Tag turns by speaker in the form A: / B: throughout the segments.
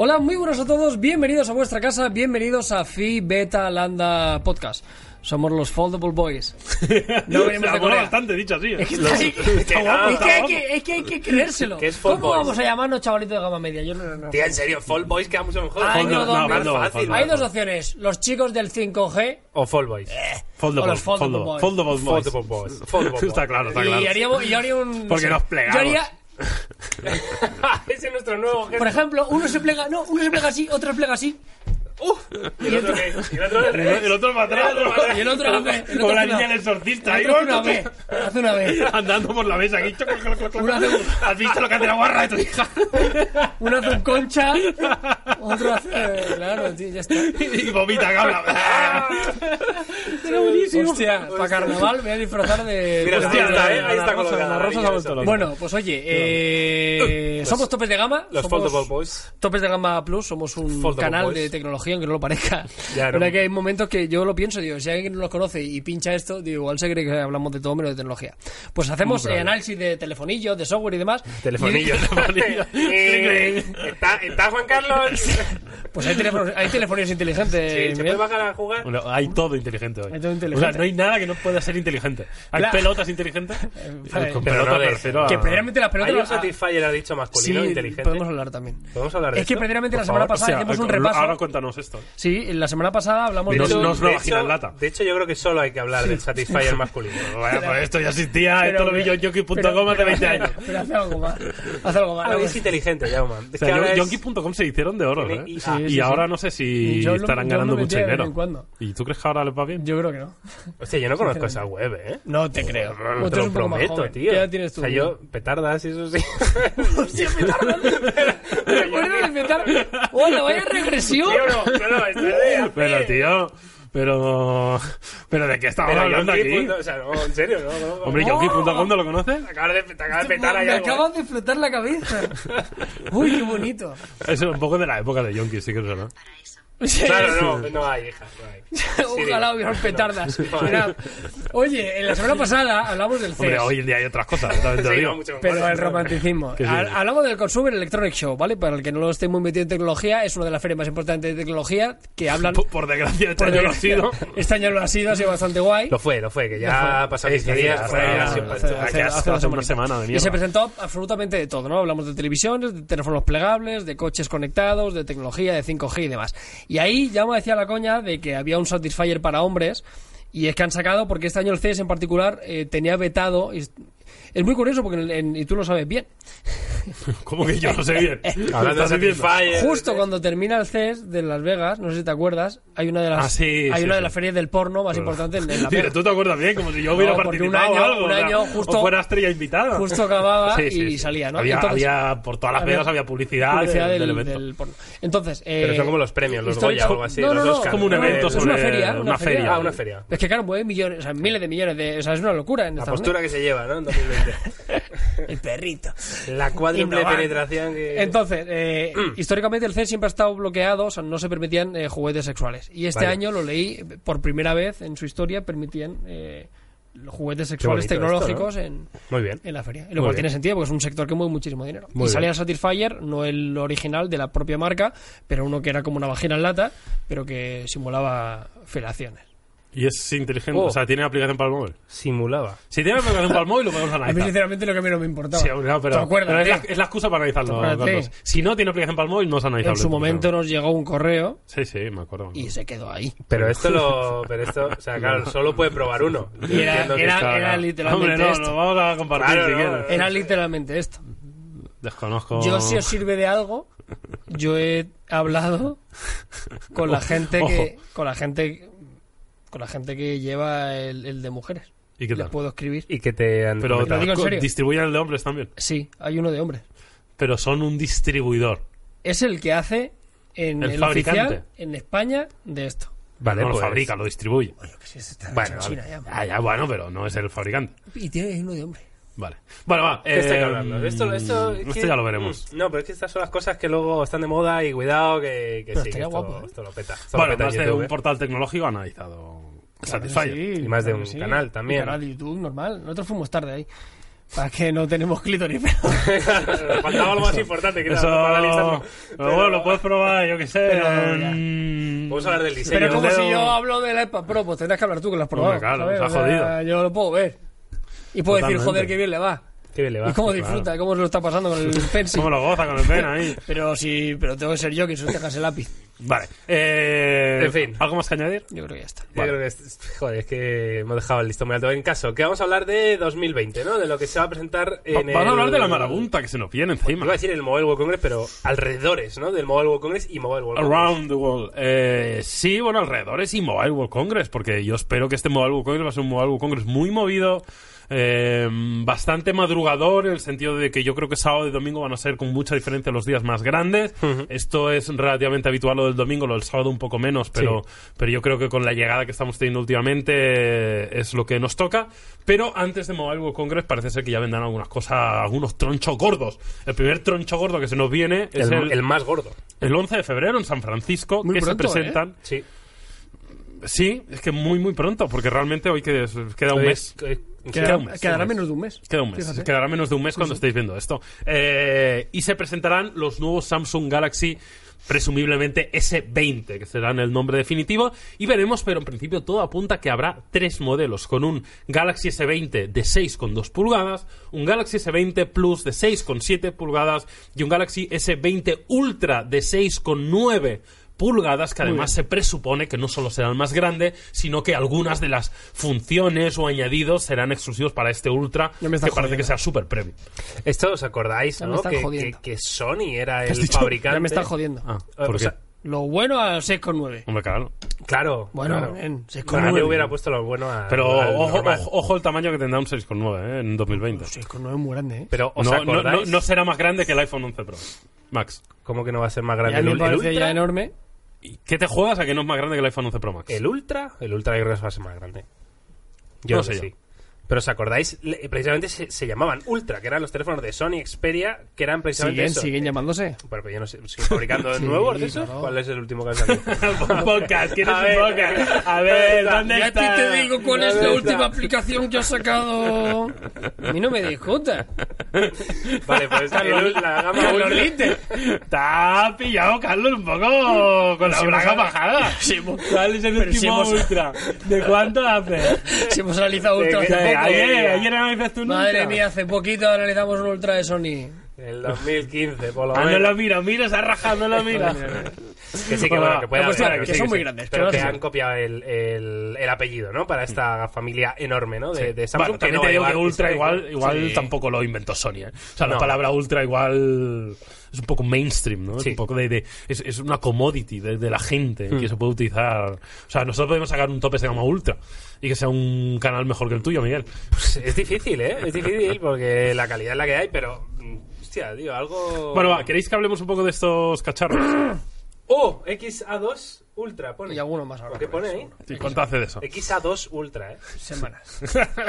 A: Hola, muy buenas a todos, bienvenidos a vuestra casa, bienvenidos a Phi Beta Landa Podcast. Somos los Foldable Boys. No venimos de
B: Mola
A: Corea.
B: bastante dicho así, ¿eh?
A: Es que, hay que-
C: Está guapo,
A: es que
C: está
A: hay
C: guapo.
A: que- es que hay que creérselo.
C: ¿Qué es Fold
A: ¿Cómo
C: Boys?
A: vamos a llamarnos chavalitos de gama media? Yo no, no, no.
C: Tía, en serio, Fall Boys queda mucho mejor.
A: Ay, no, no,
C: Más
B: no,
C: fácil.
B: Fall
A: Hay dos opciones, los chicos del 5G
C: O Fall Boys.
B: Foldable,
A: O los foldable
B: foldable,
A: boys.
B: foldable boys.
C: Foldable boys. Foldable
B: Está
C: boys.
B: claro, está
A: y,
B: claro.
A: haríamos, y yo haría un...
B: Porque nos plegamos.
A: Yo haría,
C: Ese es nuestro nuevo
A: por
C: gesto.
A: ejemplo, uno se plega, no, uno se plega así, otro se plega así,
B: Uh.
C: Y el otro qué? Y el otro
B: El, el otro va atrás.
C: El otro va atrás.
A: y el otro hace... el
B: Como
A: otro
B: la
A: hace una-
B: niña del exorcista.
A: el
B: ahí,
A: otro hace una
B: ¿no?
A: vez, hace una vez.
B: Andando por la mesa aquí. choc, choc, choc, choc.
A: Una vez.
B: ¿Has visto lo que hace la guarra de tu hija?
A: Uno hace un concha, otro hace... Claro, tío, ya está.
B: y vomita, cabra.
A: Era buenísimo. Hostia, para carnaval me voy a disfrazar de...
C: Mira,
B: Hostia,
C: ahí está,
B: la-
C: eh, ahí está
B: la rosa-
C: colocada.
B: la rosa se ha vuelto loca.
A: Bueno, pues oye, eh, somos topes de gama.
C: Los
A: somos
C: Foldable Boys.
A: Topes de gama Plus, somos un
C: Foldable
A: canal
C: Boys.
A: de tecnología, aunque no lo parezca.
C: Ya, no.
A: Pero es que hay momentos que yo lo pienso, digo, si alguien no los conoce y pincha esto, digo, igual se cree que hablamos de todo menos de tecnología. Pues hacemos eh, análisis de telefonillos, de software y demás.
B: Telefonillo,
A: Y-
B: telefonillo.
C: Eh, ¿Está, está Juan Carlos? Sí,
A: Pues hay teléfonos, hay telefonillos inteligentes.
C: ¿Se puede
A: Miguel.
C: bajar a jugar?
B: Eh, Bueno, hay todo inteligente hoy.
A: Hay todo inteligente.
B: O sea, no hay nada que no pueda ser inteligente. Hay
A: La-
B: pelotas inteligentes. Eh,
A: vale.
B: Con
C: Pero
B: pelotas
C: no de-
B: me refiero a-
A: que previamente las
C: Hay un
A: pelotas... ah,
C: Satisfyer, ha dicho
A: Sí,
C: masculino, inteligente.
A: podemos hablar también.
C: ¿Podemos hablar de
A: Es que
C: esto?
A: previamente
B: Por
A: la semana
B: favor,
A: pasada
B: o sea,
A: hicimos un
B: ahora-
A: repaso.
B: Ahora cuéntanos esto.
A: Sí, la semana pasada hablamos
B: De
A: de...
B: hecho,
A: un-
B: no os lo
C: de
B: bajéis
C: hecho-
B: en lata.
C: De hecho, yo creo que solo hay que hablar del Satisfyer masculino.
B: Vaya, pues esto ya existía,
A: Pero-
B: esto lo vi yo en
A: pero-
B: yonki.com hace 20 años.
A: Pero hace algo más. Hace algo más.
C: Ahora
A: No,
C: es inteligente, ya, man.
B: O
C: Es que
B: sea,
C: ahora
B: yo-
C: es-
B: Yonki.com se hicieron de oro,
C: Tiene
B: ¿eh?
C: hija.
A: Sí,
B: y
A: sí, sí.
B: ahora no sé si
A: Yo lo-
B: estarán
A: yo
B: ganando
A: lo
B: mucho
A: metía de vez
B: dinero.
A: en cuando.
B: ¿Y tú crees que ahora les va bien?
A: Yo creo que no.
C: Hostia, yo no conozco esa web, ¿eh?
A: No te creo.
C: te lo prometo, tío.
A: ¿Qué edad tienes tú?
C: O sea, yo petardas y eso sí.
A: Hostia, petardo. Me acuerdo de petar. Hola, vaya regresión.
C: Tío, no, no, no, esto es de hace-
B: Pero, tío, pero... ¿Pero de qué estamos
C: Pero
B: hablando
C: Yonki
B: aquí?
C: punto- O sea, no, en serio, no, no. no.
B: Hombre, Yonki.com, ¿no lo conoces?
C: Te acabas de, te acabas de petar ahí
A: Me
C: algo.
B: ¿eh?
A: acabas de flotar la cabeza. Uy, qué bonito.
B: Es un poco de la época de Yonki, sí que es verdad.
C: Claro, no, no hay, hija, no hay. Sí,
A: Ojalá
C: digo,
A: hubieran petardas.
C: No.
A: Mirad. Oye, en la semana pasada hablamos del CES.
B: Hombre, hoy en día hay otras cosas, yo también te lo
C: Sí, no,
B: digo.
C: mucho mejor.
A: Pero el romanticismo.
B: Que sí.
A: Ha- Hablamos del Consumer Electronic Show, ¿vale? Para el que no lo esté muy metido en tecnología, es una de las ferias más importantes de tecnología que hablan.
B: Por, por desgracia, Pues, este año lo ha sido.
A: Este año lo ha sido, ha sido bastante guay.
C: Lo fue, lo fue, que ya ha pasado 15 días.
B: ya
C: por ahí,
B: está,
C: ha sido
B: pues, ya
C: pancho.
B: está. hace- hace
A: dos
B: hace una
A: semanitas.
B: semana de
A: Y se
B: mierda.
A: presentó absolutamente de todo, ¿no? Hablamos de televisiones, de teléfonos plegables, de coches conectados, de tecnología, de 5G y demás. Y ahí ya me decía la coña de que había un Satisfyer para hombres y es que han sacado, porque este año el CES en particular eh, tenía vetado... y es- es muy curioso porque, en- en- y tú lo sabes bien,
B: ¿Cómo que yo no sé bien?
C: Hablando de
B: ¿Estás viendo?
C: Satisfyer.
A: Justo cuando termina el CES de Las Vegas, no sé si te acuerdas, hay una de las,
B: Ah, sí,
A: hay
B: sí,
A: una de
B: sí.
A: las ferias del porno más importantes en Las
B: Tío,
A: Vegas.
B: tú te acuerdas bien, como si yo hubiera
A: No, porque un
B: participado
A: año-
B: o algo.
A: un
B: o sea,
A: año justo-
B: o fuera estrella invitada.
A: Justo acababa
B: Sí, sí,
A: y
B: sí.
A: salía, ¿no?
B: Había,
A: Entonces,
B: había- por todas las
A: había
B: vegas había publicidad,
A: publicidad
B: del,
A: del,
B: del evento.
A: del porno. Entonces, eh,
C: Pero son como los premios, los
A: histórico-
C: Goya o algo así.
A: No,
C: los
A: no, no,
C: Oscar,
B: como un
A: no,
B: evento
A: es
B: sobre
A: una feria,
B: una feria.
C: Ah, una feria.
A: Es que claro, mueve millones, o sea, miles de millones de, o sea, es una locura en
C: La
A: Estados
C: postura que se lleva, ¿no? En
A: Unidos.
C: 2020.
A: El perrito.
C: La cuádruple
A: Innovar.
C: penetración que...
A: Entonces, eh, históricamente el CES siempre ha estado bloqueado, o sea, no se permitían eh, juguetes sexuales. Y este
C: Vaya.
A: año lo leí por primera vez en su historia, permitían eh, los juguetes sexuales
C: bonito
A: tecnológicos
C: esto,
A: en,
C: Muy bien.
A: en la feria. Lo
C: Muy
A: cual
C: bien.
A: tiene sentido porque es un sector que mueve muchísimo dinero.
C: Muy
A: y salía
C: bien.
A: el Satisfyer, no el original de la propia marca, pero uno que era como una vagina en lata, pero que simulaba felaciones.
B: Y es inteligente,
C: Oh.
B: o sea, tiene aplicación para el móvil.
C: Simulaba.
B: Si tiene aplicación para el móvil, lo podemos
A: A mí,
B: analizar.
A: sinceramente, lo que menos me importaba.
B: Sí, no, pero,
A: ¿Te acuerdas?
B: pero es,
A: tío?
B: la, es la excusa para analizarlo.
A: Acuérdate.
B: Carlos. Si no tiene aplicación para el móvil, no se analiza.
A: en su momento nos llegó un correo
B: Sí, sí, me acuerdo.
A: y se quedó ahí.
C: Pero esto lo... Pero esto... O sea, claro, solo puede probar uno. Yo
A: Y era-
C: entiendo que
A: era-
C: está-
A: era literalmente
B: Hombre, no,
A: esto.
B: no vamos a compartir
C: Claro,
B: si
C: no,
B: quieres.
A: Era literalmente esto.
B: Desconozco.
C: Oh.
A: Yo, si os sirve de algo, yo he hablado
C: Oh.
A: con la gente que. Con la gente. Con la gente que lleva el, el de mujeres.
B: ¿Y qué
A: le
B: tal?
A: puedo escribir.
C: Y que te... han-
B: Pero
A: Lo
B: te-
A: digo en
B: co-
A: serio.
B: distribuyen el de hombres también.
A: Sí, hay uno de hombres.
B: Pero son un distribuidor.
A: Es el que hace en
B: El
A: el, oficial
B: fabricante.
A: en España de esto.
C: Vale,
B: no
C: pues...
B: lo fabrica, lo distribuye.
A: Yo qué sé, se está
B: Bueno,
A: hecho en China ya.
B: Ah, ya, bueno, pero no es el fabricante.
A: Y tiene uno de hombre.
B: Vale. Bueno, va.
C: ¿Qué estáis
B: eh,
C: hablando? Esto, esto,
B: esto
C: ¿qué-
B: ya lo veremos.
C: Mm, No, pero es que estas son las cosas que luego están de moda y cuidado que, que
A: Pero
C: sí, que
A: estaría
C: esto,
A: guapo, ¿eh?
C: esto lo peta. Esto lo
B: Bueno,
C: peta
B: más de
C: YouTube,
B: este un
C: ¿eh?
B: portal tecnológico ha analizado Satisfyer.
A: Sí,
C: Y más de un
A: que
C: canal también.
A: Un canal de YouTube normal. Nosotros fuimos tarde ahí. Para que no tenemos clítoris, pero,
C: Faltaba algo más importante que era
B: Eso...
C: paralizarlo.
B: Pero bueno, lo puedes probar, yo qué sé.
A: Pero ya.
B: en-
C: Vamos a hablar del diseño.
A: pero como
B: leo-
A: si yo hablo de la iPad Pro, pues tendrás que hablar tú que lo has probado.
B: Hombre, claro,
A: ¿sabes?
B: está jodido.
A: yo lo puedo ver. Y puedo decir,
B: Totalmente.
A: joder, qué bien le va.
C: Qué bien le va.
A: y cómo disfruta, cómo se lo está pasando con el pencil.
B: ¿Cómo lo goza con el pen ahí?
A: Pero sí, pero tengo que ser yo que sostejas el lápiz.
B: Vale. Eh,
C: En fin.
B: ¿Algo más que añadir?
A: Yo creo que ya está.
C: Yo creo que es, joder, es que hemos dejado el listón muy alto. En caso, que vamos a hablar de 2020, ¿no? De lo que se va a presentar en
B: Va- Vamos a
C: el-
B: hablar de la marabunta que se nos viene encima.
C: Iba a decir el Mobile World Congress, pero alrededores, ¿no? Del Mobile World Congress y Mobile World Congress.
B: Around the World. Eh, sí, bueno, alrededores y Mobile World Congress, porque yo espero que este Mobile World Congress va a ser un Mobile World Congress muy movido, eh, bastante madrugador, en el sentido de que yo creo que sábado y domingo van a ser con mucha diferencia los días más grandes. Esto es relativamente habitual lo del domingo, lo del sábado un poco menos, pero, pero yo creo que con la llegada que estamos teniendo últimamente eh, es lo que nos toca. Pero antes de Mobile World Congress parece ser que ya vendrán algunas cosas, algunos tronchos gordos. El primer troncho gordo que se nos viene es
C: El, el más gordo.
B: el 11 de febrero en San Francisco,
A: Muy
B: que
A: pronto, ¿eh?
B: se presentan.
C: Sí.
B: Sí, es que muy, muy pronto, porque realmente hoy queda, queda un
C: Oye,
B: mes.
C: oye,
A: Quedará,
B: un mes,
A: quedará
B: un mes.
A: menos de un mes.
B: Queda un mes.
A: Fíjate.
B: Quedará menos de un mes cuando estéis viendo esto. Eh, y se presentarán los nuevos Samsung Galaxy, presumiblemente S20, que serán el nombre definitivo. Y veremos, pero en principio todo apunta que habrá tres modelos, con un Galaxy S20 de 6,2 pulgadas, un Galaxy S20 Plus de 6,7 pulgadas y un Galaxy S20 Ultra de 6,9 pulgadas que además se presupone que no solo serán más grande, sino que algunas de las funciones o añadidos serán exclusivos para este Ultra, que
A: Ya me estás
B: parece que
A: jodiendo.
B: sea super premium.
C: Esto os acordáis,
A: Ya me
C: ¿no?
A: están
C: Que, que,
A: jodiendo.
C: que Sony era
A: ¿Qué has
C: el
A: dicho?
C: fabricante.
A: Ya me están jodiendo.
B: Ah,
C: Eh,
B: ¿por
C: o
B: qué?
C: sea,
A: Lo bueno a 6,9.
B: Hombre, claro.
C: Claro.
A: Bueno,
C: claro.
A: men, si es
C: Para
A: como
C: mí
A: el-
C: hubiera puesto lo bueno a.
B: Pero
C: al
B: ojo,
C: normal.
B: ojo, ojo el tamaño que tendrá un 6,9 ¿eh? en 2020.
A: 6,9 es muy grande, ¿eh?
C: Pero, ¿os
B: No, no, no,
C: acordáis?
B: no será más grande que el iPhone 11 Pro. Max.
C: ¿Cómo que no va a ser más
A: Ya
C: grande el,
A: me
C: ul- el
A: parece ya
C: Ultra?
A: enorme.
B: ¿Y ¿Qué te juegas a que no es más grande que el iPhone 11 Pro Max?
C: ¿El Ultra? El Ultra yo creo que va a ser más grande. Yo
B: No
C: creo
B: sé
C: que
B: yo.
C: sí. Pero os acordáis, Le- precisamente se, se llamaban Ultra, que eran los teléfonos de Sony Xperia, que eran precisamente
A: Siguen,
C: eso.
A: siguen llamándose.
C: Bueno, pero yo no sé, ¿siguen fabricando de
A: Sí,
C: nuevo de esos?
A: claro.
C: ¿Cuál es el último que ha salido?
B: podcast, ¿quién es
C: A
B: un
C: ver.
B: podcast? A ver, ¿dónde
A: Ya a ti
B: está?
A: te digo cuál es la
C: ¿Dónde
A: última
C: está?
A: aplicación que has sacado. A mí no me discutas.
C: vale, pues el Ul- la gama
B: Carlos
C: Ultra.
B: Linte. Está pillado, Carlos, un poco con la braga bajada. ¿Cuál es el
A: pero si
B: último
A: hemos-
B: Ultra? ¿De cuánto hace?
A: Si hemos analizado Ultra
C: qué-
A: hace
B: Eh,
A: poco.
B: ayer, ayer analizaste un
A: Madre
B: Ultra.
A: mía, hace poquito analizamos un Ultra de Sony.
C: El 2015, por lo
B: Ah, no
C: menos.
B: lo miro, mira, se ha rajado, no lo miro.
C: Que sí, que
B: Bueno,
C: bueno, que puede
A: la
C: haber,
A: cuestión es
C: pero
A: que
C: sí,
A: son muy
C: sí.
A: grandes,
C: Pero
A: que
C: que
A: no
C: han
A: sé.
C: copiado el, el, el apellido, ¿no? Para esta familia enorme, ¿no? De, de
B: Mm.
C: Samsung.
B: Bueno, también
C: no
B: te
C: va a
B: digo que
C: llevar
B: Ultra
C: Xperia.
B: igual, igual
A: Sí.
B: tampoco lo inventó Sony. ¿eh? O sea, la
C: No.
B: palabra Ultra igual es un poco mainstream, ¿no? Es
C: Sí. Hmm.
B: un poco de, de- es, es una commodity de, de la gente que se puede utilizar. O sea, nosotros podemos sacar un tope que se llama Ultra y que sea un canal mejor que el tuyo, Miguel.
C: Es difícil, ¿eh? Es difícil porque la calidad es la que hay, pero. mm, Hostia, tío, algo.
B: Bueno, va, ¿queréis que hablemos un poco de estos cacharros?
C: Oh, XA2 Ultra, pone.
A: Y alguno más ahora.
C: ¿Por ¿Qué pone ahí?
B: ¿Y ¿Cuánto hace de eso?
C: XA2 Ultra, ¿eh?
A: Semanas.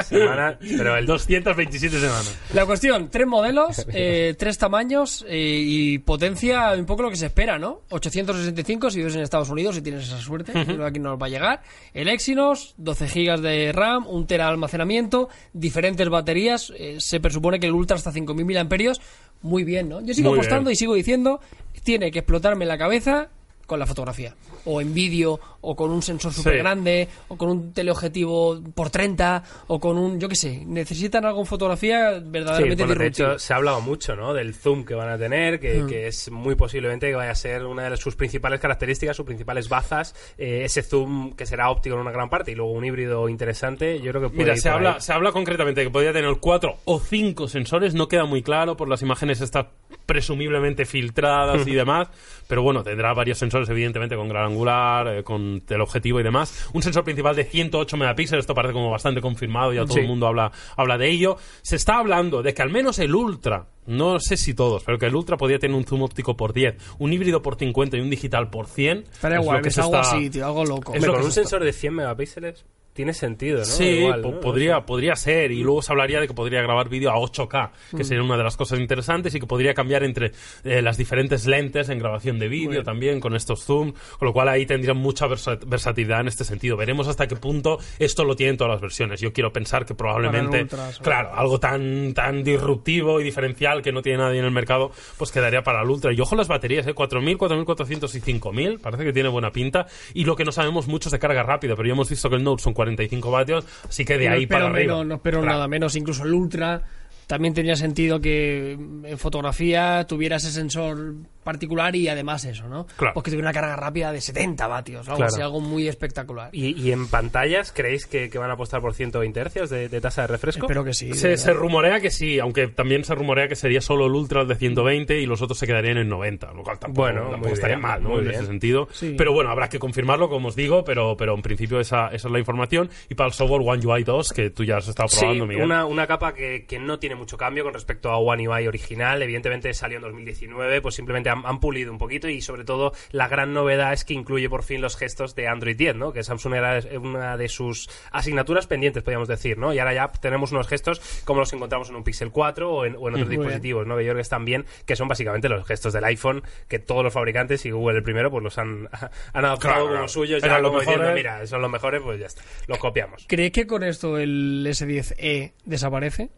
C: Semana, pero el 2.
B: 227 semanas.
A: La cuestión, tres modelos, eh, tres tamaños eh, y potencia, un poco lo que se espera, ¿no? 865 si vives en Estados Unidos, si tienes esa suerte, yo creo que aquí no nos va a llegar. El Exynos, 12 GB de RAM, un tera de almacenamiento, diferentes baterías, eh, se presupone que el Ultra hasta 5.000 miliamperios, muy bien, ¿no? Yo sigo
B: Muy
A: apostando
B: bien.
A: y sigo diciendo, tiene que explotarme la cabeza con la fotografía, o en vídeo, o con un sensor súper grande, o con un teleobjetivo por 30, o con un, yo qué sé, necesitan algo en fotografía verdaderamente
C: Sí, bueno, de
A: disruptivo.
C: hecho, se ha hablado mucho, ¿no? Del zoom que van a tener, que, que es muy posiblemente que vaya a ser una de las- sus principales características, sus principales bazas. eh, ese zoom que será óptico en una gran parte y luego un híbrido interesante. Yo creo que puede
B: Mira,
C: ir
B: se
C: por
B: habla,
C: ahí.
B: se habla concretamente que podría tener cuatro o cinco sensores, no queda muy claro por las imágenes estas presumiblemente filtradas y demás. Pero bueno, tendrá varios sensores, evidentemente, con gran angular, eh, con el objetivo y demás. Un sensor principal de 108 megapíxeles, esto parece como bastante confirmado, ya todo
C: Sí.
B: el mundo habla, habla de ello. Se está hablando de que al menos el Ultra, no sé si todos, pero que el Ultra podría tener un zoom óptico por 10, un híbrido por 50 y un digital por 100.
A: Estaría
B: Es lo
A: guay,
B: que
A: es
B: se
A: algo
B: está-
A: así, tío, algo loco.
B: Es lo
C: Hombre,
B: que
C: con un
B: se está-
C: sensor de 100 megapíxeles tiene sentido, ¿no?
B: Sí,
C: Igual,
B: po-
C: ¿no?
B: podría, podría ser. Y luego se hablaría de que podría grabar vídeo a 8K,
A: Mm.
B: que sería una de las cosas interesantes, y que podría cambiar entre eh, las diferentes lentes en grabación de vídeo también, con estos zoom, con lo cual ahí tendría mucha versa- versatilidad en este sentido. Veremos hasta qué punto esto lo tienen todas las versiones. Yo quiero pensar que probablemente,
A: Ultra, sobre
B: claro, algo tan, tan disruptivo y diferencial que no tiene nadie en el mercado, pues quedaría para el Ultra. Y ojo las baterías, ¿eh? 4.000, 4.400 y 5.000, parece que tiene buena pinta. Y lo que no sabemos mucho es de carga rápida, pero ya hemos visto que el Note son 45 vatios, así que de
A: no
B: ahí
A: espero
B: para arriba.
A: menos, no espero
B: Claro.
A: nada menos. Incluso el Ultra también tenía sentido que mm, en fotografía tuviera ese sensor particular y además eso, ¿no?
B: Claro.
A: Pues que tuviera una carga rápida de 70 vatios, algo
B: Claro.
A: así, algo muy espectacular.
C: ¿Y, y en pantallas creéis que, que van a apostar por 120 hercios de, de tasa de refresco?
A: Espero que sí. de
B: Se,
A: verdad.
B: se rumorea que sí, aunque también se rumorea que sería solo el Ultra el de 120 y los otros se quedarían en 90, lo cual tampoco,
C: Bueno,
B: tampoco
C: muy
B: estaría
C: bien,
B: mal, ¿no?
C: muy
B: en
C: bien.
B: ese sentido.
A: Sí.
B: Pero bueno, habrá que confirmarlo, como os digo, pero, pero en principio esa, esa es la información. Y para el software One UI 2, que tú ya has estado
C: Sí,
B: probando, Miguel.
C: una, una capa que, que no tiene mucho cambio con respecto a One UI original. Evidentemente salió en 2019, pues simplemente han, han pulido un poquito y sobre todo la gran novedad es que incluye por fin los gestos de Android 10, ¿no? Que Samsung era es- una de sus asignaturas pendientes, podríamos decir, ¿no? Y ahora ya tenemos unos gestos como los encontramos en un Pixel 4 o en, o en otros
A: Muy
C: dispositivos, ¿no? Que yo creo que están bien, que son básicamente los gestos del iPhone que todos los fabricantes y Google el primero, pues los han, han adoptado
B: Claro,
C: como
B: claro.
C: suyos.
B: Eran
C: Ya
B: los
C: como diciendo,
B: mejores.
C: mira, son los mejores, pues ya está, los copiamos.
A: ¿Crees que con esto el S10e desaparece?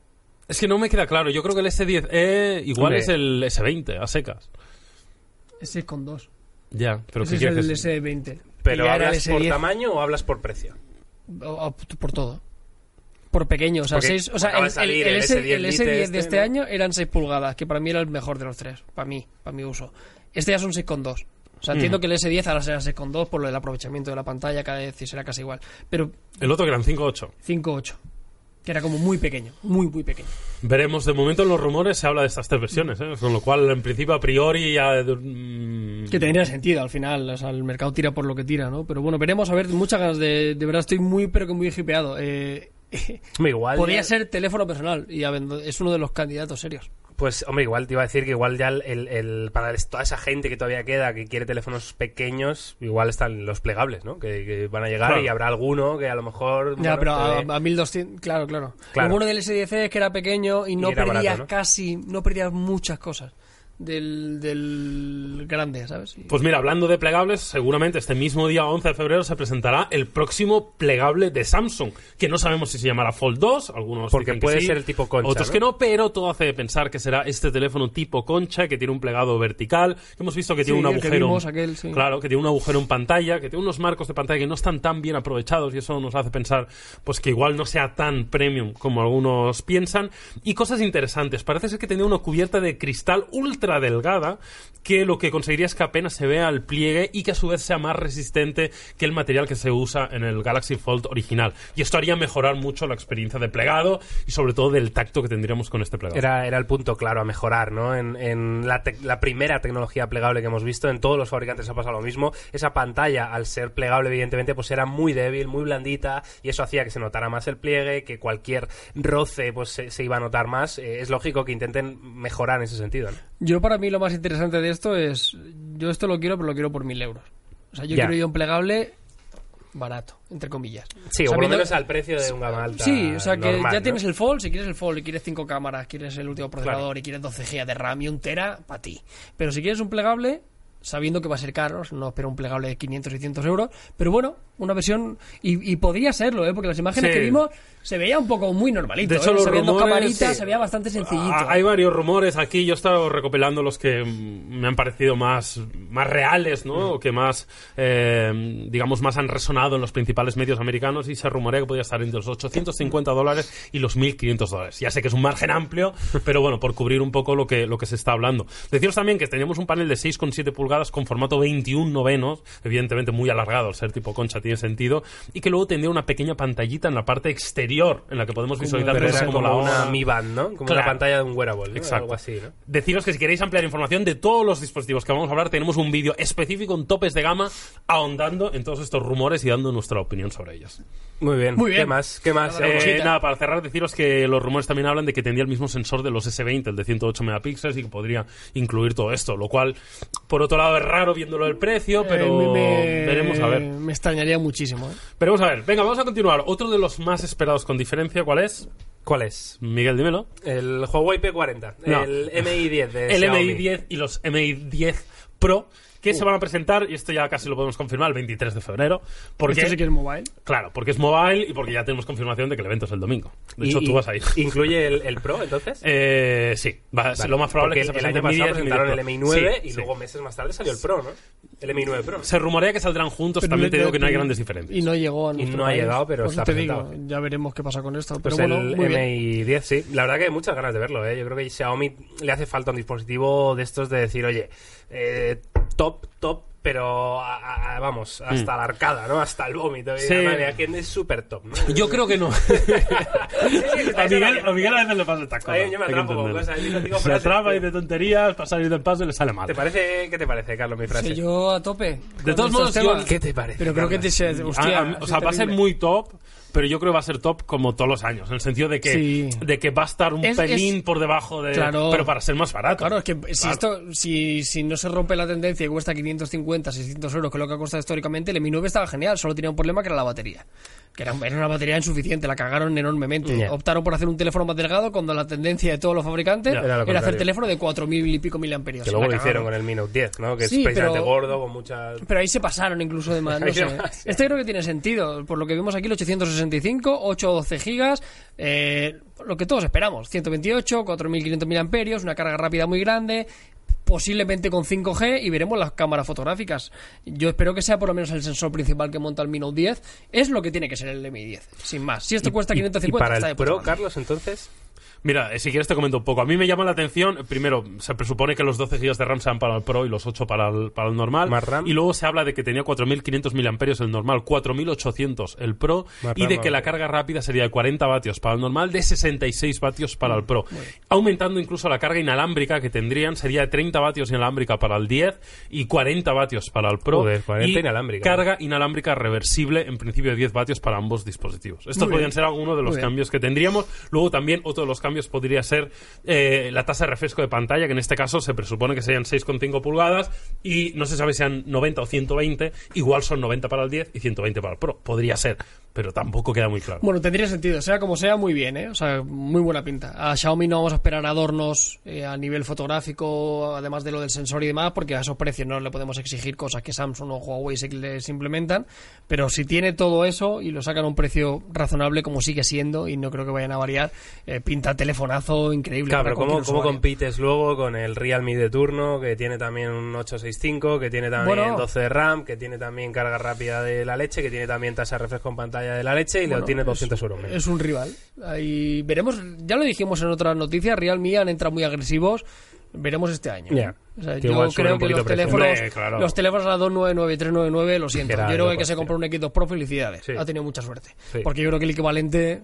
B: Es que no me queda claro. Yo creo que el S10E igual
C: Hombre.
B: es el S20, a secas.
A: Ese es con dos.
B: Ya, pero
A: Ese
B: ¿qué
A: es
B: quieres
A: el
B: que-
A: S20.
C: ¿Pero
A: Y ahora el
C: hablas por
A: S10
C: tamaño o hablas por precio?
A: o- o por todo. Por pequeño, o sea,
C: Porque
A: seis- o sea,
C: acaba
A: el,
C: de
A: el-
C: salir
A: el
C: el
A: S,
C: S10
A: el
C: Lite
A: S10
C: este,
A: de este
C: ¿no?
A: año eran 6 pulgadas, que para mí era el mejor de los tres, para mí, para mi uso. Este ya son 6,2. O sea,
C: Mm.
A: entiendo que el S10 ahora será 6,2 por lo del aprovechamiento de la pantalla, cada vez será casi igual. Pero
B: El otro que eran 5.8.
A: 5,8, que era como muy pequeño, muy, muy pequeño.
B: Veremos, de momento en los rumores se habla de estas tres versiones, ¿eh? con lo cual en principio a priori ya... mm,
A: Que tendría sentido al final, o sea, el mercado tira por lo que tira, ¿no? Pero bueno, veremos, a ver, muchas ganas de, de verdad estoy muy, pero que muy hipeado. Eh,
C: Hombre, igual
A: podría
C: ya-
A: ser teléfono personal y abendo- es uno de los candidatos serios.
C: Pues, hombre, igual te iba a decir que igual ya el, el- el- para es- toda esa gente que todavía queda, que quiere teléfonos pequeños, igual están los plegables, ¿no? Que, que van a llegar
B: Claro.
C: y habrá alguno que a lo mejor...
A: Ya,
C: bueno,
A: pero
C: te
A: a,
C: dé-
A: a 1200, claro, claro,
C: Claro.
A: Lo bueno del S10 es que era pequeño y no
C: era
A: perdías
C: barato, ¿no?
A: casi, no perdías muchas cosas del, del grande, ¿sabes? Y-
B: Pues mira, hablando de plegables, seguramente este mismo día 11 de febrero se presentará el próximo plegable de Samsung, que no sabemos si se llamará Fold 2, algunos
C: Porque
B: dicen que
C: puede
B: sí,
C: ser el tipo concha,
B: otros
C: ¿no?
B: que no, pero todo hace pensar que será este teléfono tipo concha que tiene un plegado vertical, que hemos visto que tiene
A: Sí,
B: un
A: el que
B: agujero,
A: vimos, aquel, sí.
B: claro, que tiene un agujero en pantalla, que tiene unos marcos de pantalla que no están tan bien aprovechados y eso nos hace pensar pues que igual no sea tan premium como algunos piensan y cosas interesantes. Parece ser que tenía una cubierta de cristal ultra delgada que lo que conseguiría es que apenas se vea el pliegue y que a su vez sea más resistente que el material que se usa en el Galaxy Fold original. Y esto haría mejorar mucho la experiencia de plegado y sobre todo del tacto que tendríamos con este plegado.
C: Era, era el punto claro a mejorar, ¿no? En, en la, tec- la primera tecnología plegable que hemos visto, en todos los fabricantes ha pasado lo mismo. Esa pantalla, al ser plegable, evidentemente, pues era muy débil, muy blandita, y eso hacía que se notara más el pliegue, que cualquier roce, pues se, se iba a notar más. Eh, es lógico que intenten mejorar en ese sentido, ¿no?
A: Yo para mí lo más interesante de esto es, yo esto lo quiero, pero lo quiero por mil euros. O sea, yo
C: Ya.
A: quiero ir a un plegable barato, entre comillas.
C: Sí,
A: O sea,
C: o por lo
A: viendo-
C: menos al precio de un gama alta.
A: Sí, o sea que
C: normal,
A: ya
C: ¿no?
A: tienes el Fold, si quieres el Fold y quieres cinco cámaras, quieres el último procesador y quieres 12 GB de RAM y un tera, para ti. Pero si quieres un plegable, sabiendo que va a ser caro, no espero un plegable de 500, 600 euros, pero bueno, una versión, y, y podría serlo, ¿eh? porque las imágenes
B: Sí.
A: que vimos se veía un poco muy normalito,
B: De hecho,
A: ¿eh?
B: los
A: se veían dos
B: rumores-
A: camaritas,
B: sí.
A: se veía bastante sencillito.
C: ¿eh?
B: Ah, Hay varios rumores aquí. Yo he estado recopilando los que mm, me han parecido más, más reales,
C: Mm.
B: ¿no? O Que más, eh, digamos, más han resonado en los principales medios americanos y se rumorea que podría estar entre los 850 dólares y los 1.500 dólares. Ya sé que es un margen amplio, pero bueno, por cubrir un poco lo que, lo que se está hablando. Deciros también que teníamos un panel de 6,7 pulgadas con formato 21 novenos, evidentemente muy alargado al ser tipo concha, tiene sentido, y que luego tendría una pequeña pantallita en la parte exterior en la que podemos visualizar
C: Pero
B: cosas
C: era como,
B: la
C: una
B: hora.
C: Mi Band, ¿no? Como
B: Claro.
C: una pantalla de un wearable, ¿no?
B: Exacto.
C: algo así, ¿no?
B: Deciros que si queréis ampliar información de todos los dispositivos que vamos a hablar, tenemos un vídeo específico en topes de gama ahondando en todos estos rumores y dando nuestra opinión sobre ellos.
C: Muy bien.
A: Muy
C: ¿Qué
A: bien.
C: más? ¿Qué más?
A: Nada,
C: Eh,
B: Eh,
A: cosita.
B: nada, para cerrar, deciros que los rumores también hablan de que tendría el mismo sensor de los S20, el de 108 megapíxeles, y que podría incluir todo esto, lo cual, por otro lado, es raro viéndolo del precio, pero
A: Eh, me-
B: veremos a ver.
A: Me extrañaría muchísimo. ¿eh?
B: Veremos a ver. Venga, vamos a continuar. Otro de los más esperados con diferencia, ¿cuál es?
C: ¿Cuál es?
B: Miguel, dímelo.
C: El Huawei P40,
B: No.
C: el MI10 de
B: el
C: Xiaomi.
B: MI10 y los MI10 Pro que se van a presentar, y esto ya casi lo podemos confirmar, el 23 de febrero. Porque,
A: Esto sí que es mobile.
B: Claro, porque es mobile y porque ya tenemos confirmación de que el evento es el domingo. De
C: Y-
B: hecho, tú
C: y-
B: vas ahí.
C: ¿Incluye el, el Pro, entonces?
B: Eh, sí, va a ser
C: Vale,
B: lo más probable
C: porque
B: es que se
C: el
B: presente
C: año pasado
B: MI10 y
C: presentaron el
B: MI10
C: MI9
B: Pro.
C: y
B: Sí,
C: luego
B: sí.
C: meses más tarde salió el Pro, ¿no? El MI9 Pro.
B: Se rumorea que saldrán juntos,
A: Pero
B: también te
A: le-
B: digo que no hay
A: le-
B: grandes diferencias.
A: Y no llegó a
C: Y
A: nuestro
C: no ha
A: país.
C: llegado, pero
A: Por eso
C: está
A: te digo,
C: presentado.
A: ya veremos qué pasa con esto.
C: Pues
A: Pero bueno,
C: el
A: muy bien.
C: MI10, sí. La verdad que hay muchas ganas de verlo, ¿eh? Yo creo que Xiaomi le hace falta un dispositivo de estos de decir, oye, eh, top, top, pero a- a- vamos, hasta la arcada, ¿no? Hasta el vómito.
B: Mm. Sí.
C: que es súper top, ¿no?
B: Yo creo que no. a, Miguel, a Miguel a veces le pasa estas cosas.
C: Ay, yo me
B: hay que
C: atrapo con
B: entenderlo.
C: cosas, yo digo
B: Se
C: frases,
B: atrapa
C: tío.
B: y de tonterías, pasa y del paso y le sale mal.
C: ¿Te parece, ¿Qué te parece, Carlos, mi frase?
A: Sí, yo a tope.
B: De
A: con
B: todos
A: estos
B: modos, yo-
A: temas.
C: ¿Qué te parece?
A: Pero creo que te
C: Carlos?
A: se- hostia,
B: A- a- o sea,
A: es
B: va a ser
A: terrible.
B: muy top, pero yo creo que va a ser top como todos los años, en el sentido de que,
A: Sí.
B: de que va a estar un
A: Es-
B: pelín
A: es-
B: por debajo de...
A: Claro.
B: Pero para ser más barato.
A: Claro, es que si esto si, si no se rompe la tendencia y cuesta 550, 600 euros, que es lo que ha costado históricamente, el Mi 9 estaba genial, solo tenía un problema que era la batería. Que era, era una batería insuficiente, la cagaron enormemente.
C: Ya.
A: Optaron por hacer un teléfono más delgado cuando la tendencia de todos los fabricantes
B: Ya.
C: Era lo
A: era hacer
C: contrario.
A: teléfono de 4.000 y pico miliamperios.
C: Que
A: La
C: luego lo
A: cagaron.
C: hicieron con el Minute 10, ¿no? Que
A: Sí,
C: es precisamente
A: pero-
C: gordo, con muchas...
A: Pero ahí se pasaron incluso de más. No
C: Ahí
A: sé.
C: más, sí.
A: Este creo que tiene sentido. Por lo que vimos aquí, el 865, 812 gigas, eh, lo que todos esperamos. 128, 4.500 mil amperios, una carga rápida muy grande, posiblemente con 5G y veremos las cámaras fotográficas. Yo espero que sea por lo menos el sensor principal que monta el Mi Note 10. Es lo que tiene que ser el Mi 10, sin más. Si esto cuesta
B: y- y
A: 550,
C: Para
A: está
C: el
A: de puta
C: Pro,
A: madre.
C: Carlos, entonces...
B: Mira, eh, si quieres te comento un poco. A mí me llama la atención, eh, primero, se presupone que los 12 GB de RAM sean para el Pro y los 8 para el, para el normal.
C: Más RAM.
B: Y luego se habla de que tenía 4.500 miliamperios el normal, 4.800 el Pro
C: Más
B: y de
C: RAM,
B: que la
C: vale.
B: carga rápida sería de 40 vatios para el normal, de 66 vatios para el Pro. Aumentando incluso la carga inalámbrica que tendrían, sería de 30 vatios inalámbrica para el 10 y 40 vatios para el Pro.
C: Joder, 40
B: y
C: inalámbrica.
B: Carga inalámbrica reversible, en principio 10 vatios para ambos dispositivos. Estos
A: Muy
B: podrían
A: bien.
B: ser algunos de los
A: Muy bien.
B: cambios cambios que tendríamos. Luego también otro de los cambios podría ser eh, la tasa de refresco de pantalla, que en este caso se presupone que serían 6,5 pulgadas y no se sabe si sean 90 o 120. Igual son 90 para el 10 y 120 para el Pro. Podría ser, pero tampoco queda muy claro.
A: Bueno, tendría sentido, sea como sea, muy bien, ¿eh? O sea, muy buena pinta. A Xiaomi no vamos a esperar adornos eh, a nivel fotográfico, además de lo del sensor y demás, porque a esos precios no le podemos exigir cosas que Samsung o Huawei se les implementan, pero si tiene todo eso y lo sacan a un precio razonable como sigue siendo, y no creo que vayan a variar, eh, pinta telefonazo increíble.
C: Claro,
A: para
C: pero ¿cómo,
A: cualquier
C: cómo
A: usuario.
C: compites luego con el Realme de turno, que tiene también un 865, que tiene también
A: Bueno.
C: 12 de RAM, que tiene también carga rápida de la leche, que tiene también tasa de refresco en pantalla de la leche y lo
A: Bueno,
C: tiene
A: es-
C: 200 euros menos?
A: Es un rival. Ahí veremos, ya lo dijimos en otras noticias, Realme han entrado muy agresivos. Veremos este año.
C: Ya.
A: O sea,
C: Que
A: yo
C: igual sube
A: creo
C: un
A: que
C: poquito
A: los
C: precio.
A: teléfonos,
B: Hombre, claro.
A: los teléfonos a 299, 399, lo siento.
C: Era
A: yo creo que el
C: loco,
A: que se compró un X2 Pro, felicidades.
C: Sí.
A: Ha tenido mucha suerte.
C: Sí.
A: Porque yo creo que el equivalente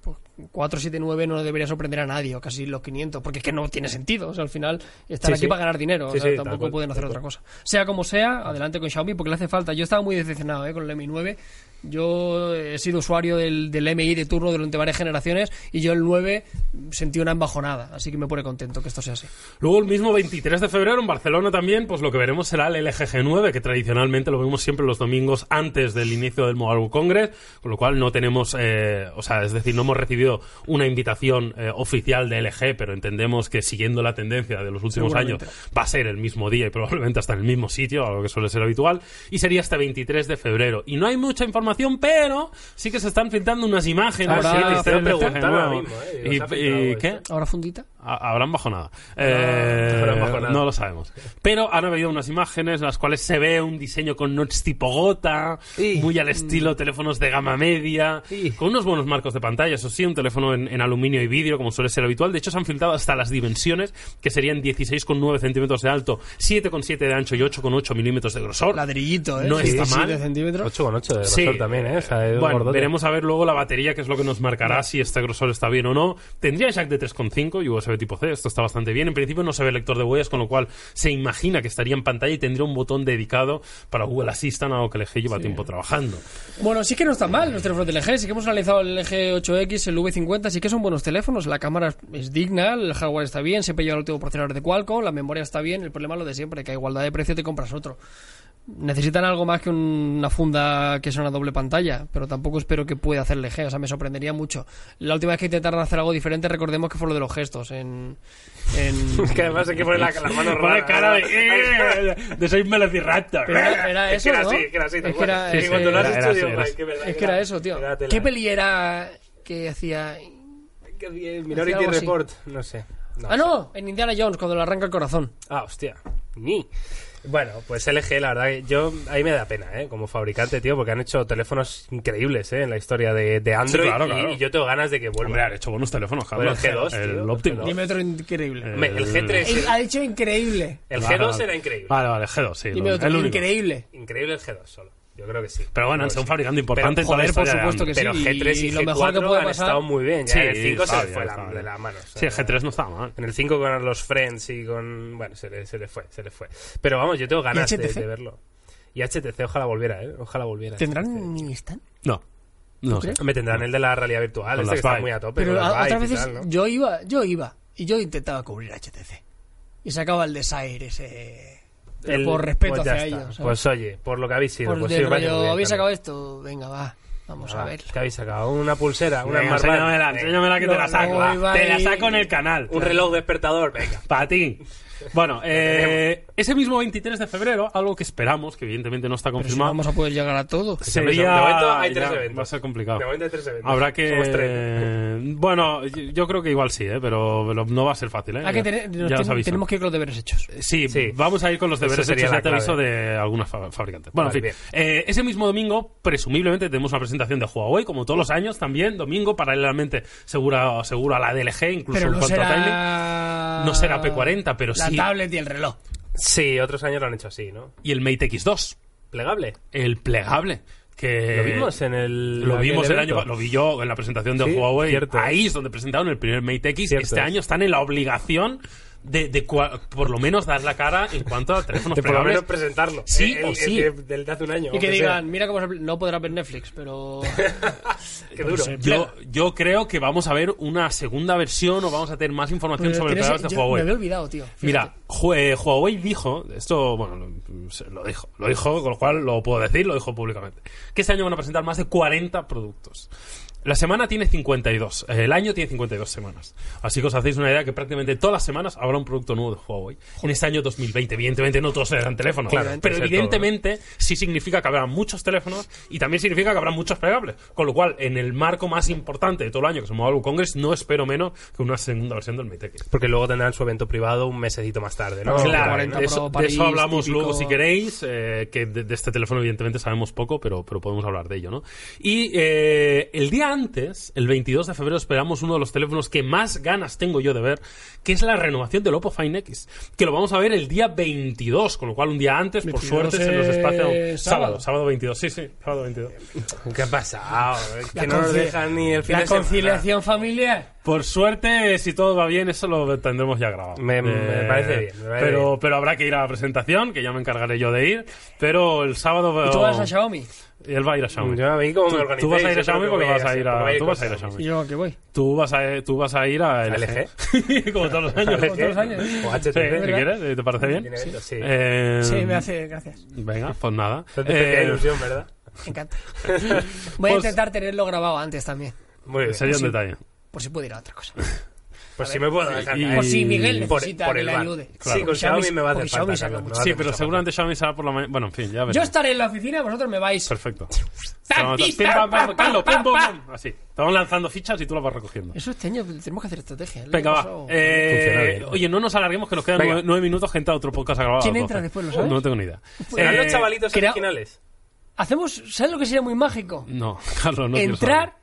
A: pues, 479 no debería sorprender a nadie, o casi los 500, porque es que no tiene sentido. O sea, al final están
C: Sí,
A: aquí
C: sí.
A: para ganar dinero, o
C: Sí,
A: sea,
C: sí, tal
A: tampoco
C: cual,
A: pueden hacer
C: tal
A: otra cosa. Sea como sea, adelante con Xiaomi porque le hace falta. Yo estaba muy decepcionado ¿eh? con el Mi 9. Yo he sido usuario del, del MI de turno durante varias generaciones y yo el 9 sentí una embajonada, así que me pone contento que esto sea así.
B: Luego el mismo 23 de febrero en Barcelona también, pues lo que veremos será el LG G9, que tradicionalmente lo vemos siempre los domingos antes del inicio del Mobile World Congress, con lo cual no tenemos, eh, o sea, es decir, no hemos recibido una invitación eh, oficial de LG, pero entendemos que siguiendo la tendencia de los últimos años
A: Seguramente.
B: va a ser el mismo día y probablemente hasta en el mismo sitio, algo que suele ser habitual, y sería hasta 23 de febrero. Y no hay mucha información, pero sí que se están filtrando unas imágenes.
A: Ahora
B: sí, de este
A: te
B: LG
C: preguntan ahora
B: nuevo.
C: mismo, eh, digo,
B: Y-
C: ¿se ha filtrado
B: y-
C: esto?
B: ¿Qué?
A: Ahora fundita.
B: A- Habrán bajonado. Eh,
C: habrán bajonado.
B: No lo sabemos. Pero han habido unas imágenes en las cuales se ve un diseño con notch tipo gota,
A: Y-
B: muy al estilo teléfonos de gama media,
A: Y-
B: con unos buenos marcos de pantalla, eso sí, un teléfono en, en aluminio y vidrio, como suele ser habitual. De hecho, se han filtrado hasta las dimensiones, que serían 16,9 centímetros de alto, 7,7 de ancho y 8,8 milímetros de grosor.
A: Ladrillito, ¿eh?
B: No está mal.
A: 17 centímetros.
C: 8 con 8 de
B: Sí.
C: grosor también, ¿eh? O sea, es
B: bueno,
C: gordote.
B: veremos a ver luego la batería, que es lo que nos marcará si este grosor está bien o no. Tendría jack de 3.5 y USB tipo C, esto está bastante bien. En principio no se ve lector de huellas, con lo cual se imagina que estaría en pantalla y tendría un botón dedicado para Google Assistant, algo que el LG lleva tiempo trabajando.
A: Bueno, sí que no están mal los teléfonos del LG. Sí que hemos analizado el LG 8X, el V50. Sí que son buenos teléfonos. La cámara es- es digna, el hardware está bien. Siempre lleva el último procesador de Qualcomm. La memoria está bien. El problema es lo de siempre: que a igualdad de precio te compras otro. Necesitan algo más que un- una funda que sea una doble pantalla, pero tampoco espero que pueda hacer LG, o sea, me sorprendería mucho. La última vez que intentaron hacer algo diferente, recordemos que fue lo de los gestos en... en-
C: Que además hay que poner la, la mano
B: Pone
C: rara.
B: cara de, eh, de soy Velociraptor.
A: Pero era, era
C: Es
A: eso,
C: que era
A: ¿no?
C: así, que era así. tal
A: Es que
C: cual.
A: era-
C: Y
A: es-
C: cuando lo has
B: era-
C: dicho,
B: era
C: digo,
B: así, era
C: "Ay,
B: así".
C: qué verdad,
A: es que era eso, tío.
C: Era tela.
A: ¿Qué peli era que hacía...?
C: Que- eh, Minority
A: algo así.
C: Report, no sé. No
A: Ah, no, en Indiana Jones, cuando le arranca el corazón.
C: Ah, hostia. Ni. Bueno, pues LG, la verdad, que yo ahí me da pena, ¿eh? Como fabricante, tío, porque han hecho teléfonos increíbles, ¿eh? En la historia de, de Android.
B: claro,
C: y-
B: claro.
C: Y, yo tengo ganas de que
B: Hombre,
C: vuelva.
B: han hecho buenos teléfonos,
C: Pero el
B: Carlos.
C: G2, tío,
B: El
C: el
B: Optimus.
C: G2.
A: Dimetro increíble.
C: Hombre, el G3.
D: Eh, Ha dicho increíble.
C: El
B: Vale,
C: G2
B: vale.
C: era increíble.
B: Vale, vale, G2, sí. lo-
A: Dimetro,
B: el único.
D: Increíble.
C: Increíble el G2 solo. Yo creo que sí.
B: Pero bueno, han sido un fabricante importante en toda la
A: Joder, por
B: historia de
A: supuesto
B: Android.
A: que sí.
C: Pero G3 y,
A: lo
C: G4
A: mejor que puede
C: han
A: pasar...
C: estado muy bien. Ya en el 5 se
B: estaba
C: le
B: bien,
C: fue la-
B: estaba
C: de
B: bien.
C: la mano. o
B: Sí,
C: sea,
B: el G3 no estaba mal.
C: En el 5 con los Friends y con... Bueno, se le, se le fue, se le fue. Pero vamos, yo tengo ganas de,
A: HTC?
C: de verlo. Y HTC, ojalá volviera, ¿eh? Ojalá volviera. HTC.
A: ¿Tendrán están?
B: No. No sé.
C: Me tendrán el de la realidad virtual,
B: Con
C: este
B: las
C: que está
B: Vive.
C: muy a tope.
D: Pero a-
C: con las
D: otras
C: Vive y
D: veces
C: tal, ¿no?
D: yo iba, yo iba. Y yo intentaba cubrir HTC. Y sacaba el Desire ese. pero
C: El-
D: por respeto
C: pues ya
D: hacia
C: está.
D: ellos. ¿sabes?
C: Pues oye, por lo que habéis sido.
D: Por
C: pues
D: de
C: sí, os vaya muy
D: rollo,
C: bien,
D: habéis sacado
C: Carlos.
D: esto, venga, va. Vamos a
C: Ah,
D: ver.
C: ¿Qué habéis sacado? Una pulsera, una
B: Venga,
C: Smart Band.
B: enséñamela,
C: Venga.
B: enséñamela que te la
D: No,
B: saco.
D: no,
B: va.
D: iba
B: te la
D: ahí.
B: saco en el canal.
C: Un reloj despertador, venga.
B: Para ti. Bueno, eh, ese mismo 23 de febrero, algo que esperamos, que evidentemente pues no está
A: Pero si no
B: confirmado,
A: vamos a poder llegar a todo.
B: sería...
C: De momento hay
B: ya,
C: tres eventos.
B: Va a ser complicado.
C: De momento hay tres eventos.
B: Habrá que...
C: Somos tres.
B: Bueno, yo yo creo que igual sí, ¿eh? pero, pero no va a ser fácil. ¿eh?
A: Hay que tener- nos
B: ya os
A: ten-
B: aviso.
A: tenemos que ir con los deberes hechos.
B: Sí,
C: Sí.
B: vamos a ir con los
C: Eso
B: deberes
C: sería
B: hechos,
C: la
B: ya te
C: clave.
B: aviso de algunos fa- fabricantes. Bueno,
C: Vale,
B: en fin. Eh, ese mismo domingo, presumiblemente, tenemos una presentación de Huawei, como todos los años también, domingo, paralelamente, seguro, seguro a la DLG, incluso
D: Pero
B: en
D: no
B: cuanto a timing.
D: será.
B: No será P40, pero
D: La
B: sí.
D: tablet y el reloj.
C: Sí, otros años lo han hecho así, ¿no?
B: Y el Mate X2,
C: Plegable.
B: el plegable. Que
C: Lo vimos en el.
B: Eh, Lo
C: en
B: vimos el
C: evento.
B: año lo vi yo en la presentación de
C: Sí,
B: Huawei.
C: cierto.
B: Ahí es donde presentaron el primer Mate X.
C: Cierto
B: este
C: es.
B: año están en la obligación de, de cua- por lo menos dar la cara en cuanto a teléfonos
C: De por lo
B: plegables.
C: menos presentarlo. Eh,
B: Sí
C: El-
B: o
C: el
B: sí.
C: de- del de hace un año.
A: Y que
C: aunque
A: digan, mira cómo se... apl- No podrás ver Netflix, pero...
C: sea. Qué duro.
A: Eh,
B: Yo, yo creo que vamos a ver una segunda versión o vamos a tener más información
A: Pero
B: sobre el
A: Pues tienes-
B: pedazo de
A: yo- Me
B: Huawei.
A: había olvidado, tío. Fíjate.
B: Mira, Ju- eh, Huawei dijo, esto, bueno, lo- se- lo dijo, lo dijo, con lo cual lo puedo decir, lo dijo públicamente, que este año van a presentar más de 40 productos. La semana tiene 52, eh, el año tiene 52 semanas. Así que os hacéis una idea que prácticamente todas las semanas habrá un producto nuevo de Huawei. En este año 2020, evidentemente no todos serán teléfonos,
C: Claro,
B: pero
C: es el
B: evidentemente sí significa que habrá muchos teléfonos y también significa que habrá muchos plegables. Con lo cual, en el marco más importante de todo el año que se mueva el Congress, no espero menos que una segunda versión del Mate X.
C: Porque luego tendrán su evento privado un mesecito más tarde, ¿no?
A: Claro,
B: Claro,
A: 40
B: de
A: Pro
B: eso, de
A: París,
B: eso hablamos
A: típico.
B: luego si queréis, eh, que de, de este teléfono evidentemente sabemos poco, pero, pero podemos hablar de ello, ¿no? Y eh, el día antes, el 22 de febrero, esperamos uno de los teléfonos que más ganas tengo yo de ver, que es la renovación del Oppo Find X, que lo vamos a ver el día 22, con lo cual un día antes, por
A: 22
B: suerte, se nos
A: es
B: espacia sábado,
A: sábado.
B: sábado 22, sí, sí, sábado 22.
C: ¿Qué ha pasado? Que
D: La
C: no nos
D: concilia-
C: dejan ni el fin
D: La
C: de semana.
B: Ah.
D: conciliación familiar.
B: Por suerte, si todo va bien, eso lo tendremos ya grabado. Eh,
C: Me- me parece bien, me parece
B: pero,
C: bien.
B: pero habrá que ir a la presentación, que ya me encargaré yo de ir. Pero el sábado.
A: ¿Y tú vas a Xiaomi?
B: Él va a ir a Xiaomi.
C: Yo a mí como me
B: Tú-
C: organicé.
B: tú vas a
C: yo
B: ir a
C: creo
B: Xiaomi
C: que
B: porque
C: voy
B: vas a ir
C: porque voy
B: a, tú vas a ir a
C: cosas.
A: ¿Y
B: Xiaomi.
A: yo a qué voy?
B: Tú vas a, tú vas a ir a
C: ¿A
B: LG.
C: LG?
B: Como todos los años.
A: Como todos los años.
C: O
B: Sí, si
C: HTC, ¿verdad?
B: quieres, eh, ¿te parece bien?
C: Tiene eventos, sí.
B: Eh,
D: Sí, me hace. Gracias.
B: Venga, pues nada.
C: Te hacía
B: Eh,
C: ilusión, ¿verdad?
D: Me encanta. Voy a
B: Pues-
D: intentar tenerlo grabado antes también.
C: Muy bien.
B: sería un detalle.
D: Por si puedo ir a otra cosa.
C: Pues sí me puedo dejar
B: y-
C: caer.
D: O si Miguel
C: Por-
D: necesita
C: por
D: que
C: el
D: le
C: bar.
D: ayude.
C: Claro. Sí, con
D: Porque
C: Xiaomi
D: Xiaomi-
C: me va a hacer
D: porque
C: falta,
D: Xiaomi saca
C: Carlos,
D: mucho.
C: me va a
B: Sí,
C: hacer
B: pero
C: falta.
B: seguramente Xiaomi será por la mañana. Bueno, en fin, ya
D: Yo
B: veremos.
D: estaré en la oficina, vosotros me vais.
B: Perfecto.
D: Tan,
B: Estamos-
D: tis,
B: pim,
D: tan,
B: pam, pam,
D: pam,
B: Carlos,
D: pam,
B: pum, pum,
D: pam.
B: pum. Así. Estamos lanzando fichas y tú las vas recogiendo.
D: Eso este año tenemos que hacer estrategia. el
B: Venga,
D: año
B: va.
D: pasado-
B: Eh,
C: Funciona bien.
B: oye, no nos alarguemos que nos quedan
C: Venga.
B: nueve, nueve minutos, gente, a otro podcast ha grabado.
D: ¿Quién
B: a las
D: entra
B: 12.
D: después, lo sabes? Pues,
B: No tengo ni idea.
C: ¿Serán
B: Eh,
C: los chavalitos
D: creo-
C: originales?
D: Hacemos, ¿sabes lo que sería muy mágico?
B: No, Carlos, no quiero
D: Entrar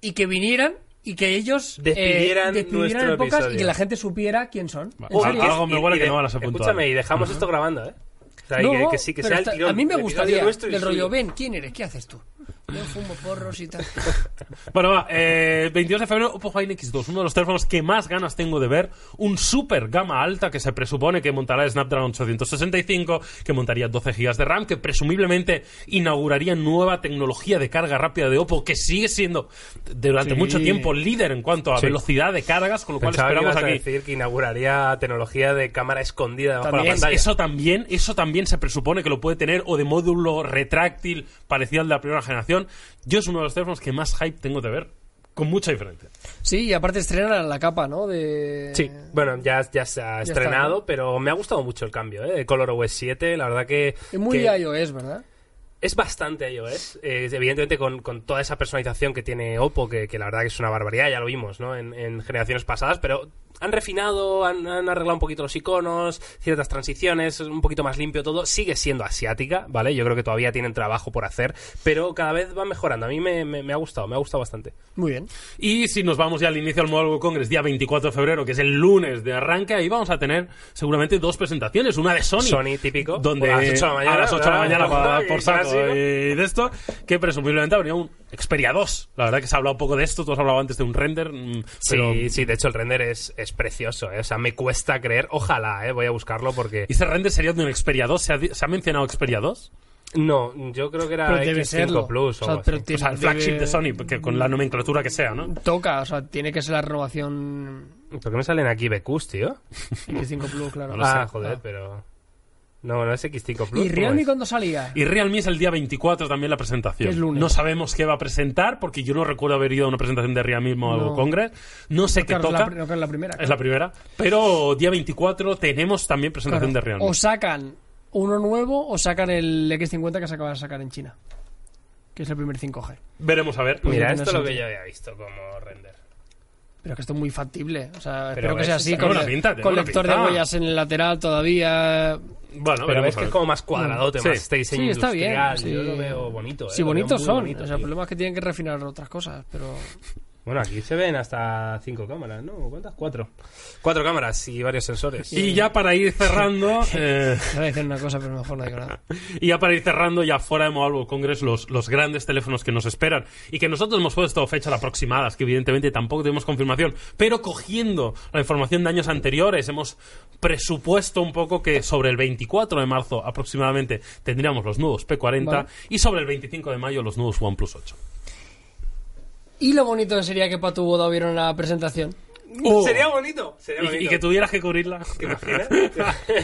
D: y que vinieran y que ellos eh,
C: Despidieran
D: despidieran
C: nuestro
D: el podcast
C: episodio.
D: y que la gente supiera quién son.
B: Vale. Ah,
D: ¿En
B: Ojo,
D: serio?
B: que- Algo me
C: y-
B: huele
C: y
B: que
C: de-
B: no van a ser puntuales.
C: Escúchame, y dejamos esto grabando, ¿eh? O sea, y que,
D: No,
C: que sí, que
D: pero
C: sea el
D: está-
C: tirón.
D: A mí me
C: El episodio
D: gustaría
C: nuestro y
D: el rollo,
C: suyo.
D: ven, ¿quién eres? ¿Qué haces tú? Yo fumo porros y tal.
B: Bueno, va. eh, 22 de febrero, Oppo Find X2. Uno de los teléfonos que más ganas tengo de ver. Un super gama alta que se presupone que montará el Snapdragon 865, que montaría 12 GB de RAM, que presumiblemente inauguraría nueva tecnología de carga rápida de Oppo, que sigue siendo durante
A: Sí.
B: mucho tiempo líder en cuanto a
C: Sí.
B: velocidad de cargas, con lo cual
C: Pensaba que
B: esperamos
C: ibas a
B: aquí.
C: decir que inauguraría tecnología de cámara escondida debajo de la
B: También,
C: pantalla.
B: eso también, eso también se presupone que lo puede tener o de módulo retráctil parecido al de la primera generación. Yo es uno de los teléfonos que más hype tengo de ver, con mucha diferencia.
A: Sí, y aparte estrenan la capa, ¿no? De...
C: Sí,
D: Eh,
C: bueno, ya, ya se ha
A: está,
C: estrenado,
A: ¿no?
C: pero me ha gustado mucho el cambio, ¿eh? De ColorOS 7, la verdad que...
A: Es muy
C: que-
A: iOS, ¿verdad?
C: Es bastante iOS, eh, evidentemente con, con toda esa personalización que tiene Oppo, que, que la verdad que es una barbaridad, ya lo vimos ¿no? en, en generaciones pasadas, pero han refinado, han, han arreglado un poquito los iconos, ciertas transiciones, un poquito más limpio todo, sigue siendo asiática, ¿vale? Yo creo que todavía tienen trabajo por hacer, pero cada vez va mejorando, a mí me, me- me ha gustado, me ha gustado bastante.
A: Muy bien.
B: Y si nos vamos ya al inicio del Mobile World Congress, día 24 de febrero, que es el lunes de arranque, ahí vamos a tener seguramente dos presentaciones. Una de Sony.
C: Sony, típico,
B: Donde
C: a las 8 de la mañana,
B: a las 8 de la
C: ¿verdad?
B: mañana para dar por saco y
C: Clásico.
B: de esto, que presumiblemente habría un Xperia 2. La verdad que se ha hablado poco de esto, tú has hablado antes de un render, mm,
C: Sí,
B: pero...
C: sí, de hecho el render es, es precioso, ¿eh? o sea, me cuesta creer, ojalá, ¿eh? voy a buscarlo porque...
B: ¿Y ese render sería de un Xperia 2? ¿Se ha, di- se ha mencionado Xperia 2?
C: No, yo creo que era
A: Pero debe
C: X5
A: serlo.
C: Ah, Plus o,
A: O sea,
C: algo
A: pero
C: así.
A: te-
B: O sea, el
A: Debe-
B: flagship de Sony, porque con la nomenclatura que sea, ¿no?
A: Toca, o sea, tiene que ser la renovación
C: ¿Por qué me salen aquí BQs, tío?
A: X5 Plus, claro.
B: No lo sé.
C: ah, joder, pero. No, no es X5 Plus.
A: ¿Y
C: ¿cómo
A: Realme
C: es?
A: cuándo salía?
B: Y Realme es el día 24 también la presentación.
A: Es lunes.
B: No sabemos qué va a presentar, porque yo no recuerdo haber ido a una presentación de Realme mismo al
A: No.
B: Congress. No sé qué
A: Claro,
B: toca.
A: la, pri- no, claro, la primera.
B: Es la primera. Pero día 24 tenemos también presentación de
A: Claro.
B: Realme.
A: O sacan uno nuevo o sacan el X50 que se acaba de sacar en China. Que es el primer 5G.
B: Veremos a ver.
C: Mira,
A: no
C: esto es lo que
A: sentido.
C: yo había visto como
B: Ah,
C: render.
A: Pero es que esto es muy factible. O sea,
C: Pero
A: espero que sea
C: ves,
A: así.
B: tiene
A: Con,
B: buena
A: le-
B: pinta, tiene
A: con
B: buena
A: lector
B: pinta.
A: de huellas en el lateral todavía.
B: Bueno, veremos
C: Pero ves
B: a
C: que es
B: ver. Mm,
C: como más cuadradote,
B: Sí.
C: más este diseño
A: Sí, está bien,
C: industrial. Yo
A: sí.
C: lo veo bonito, ¿eh?
A: sí,
C: Lo veo
A: bonitos
C: muy
A: son.
C: bonito,
A: o sea, el
C: tío.
A: problema es que tienen que refinar otras cosas. Pero
C: Bueno, aquí se ven hasta cinco cámaras, ¿no? ¿Cuántas? Cuatro. Cuatro cámaras y varios sensores.
B: Y ya para ir cerrando, eh,
A: voy a decir una cosa, pero mejor no digo nada.
B: y ya para ir cerrando, ya fuera de Mobile World Congress, los, los grandes teléfonos que nos esperan y que nosotros hemos puesto fechas aproximadas, que evidentemente tampoco tenemos confirmación, pero cogiendo la información de años anteriores, hemos presupuesto un poco que sobre el 24 de marzo aproximadamente tendríamos los nuevos P40
A: Vale.
B: y sobre el 25 de mayo los nuevos OnePlus 8.
A: Y lo bonito sería que para tu boda hubiera una presentación. Oh.
C: Sería bonito. Sería
B: Y-
C: bonito.
B: y, que tuvieras que cubrirla.
C: ¿Te imaginas?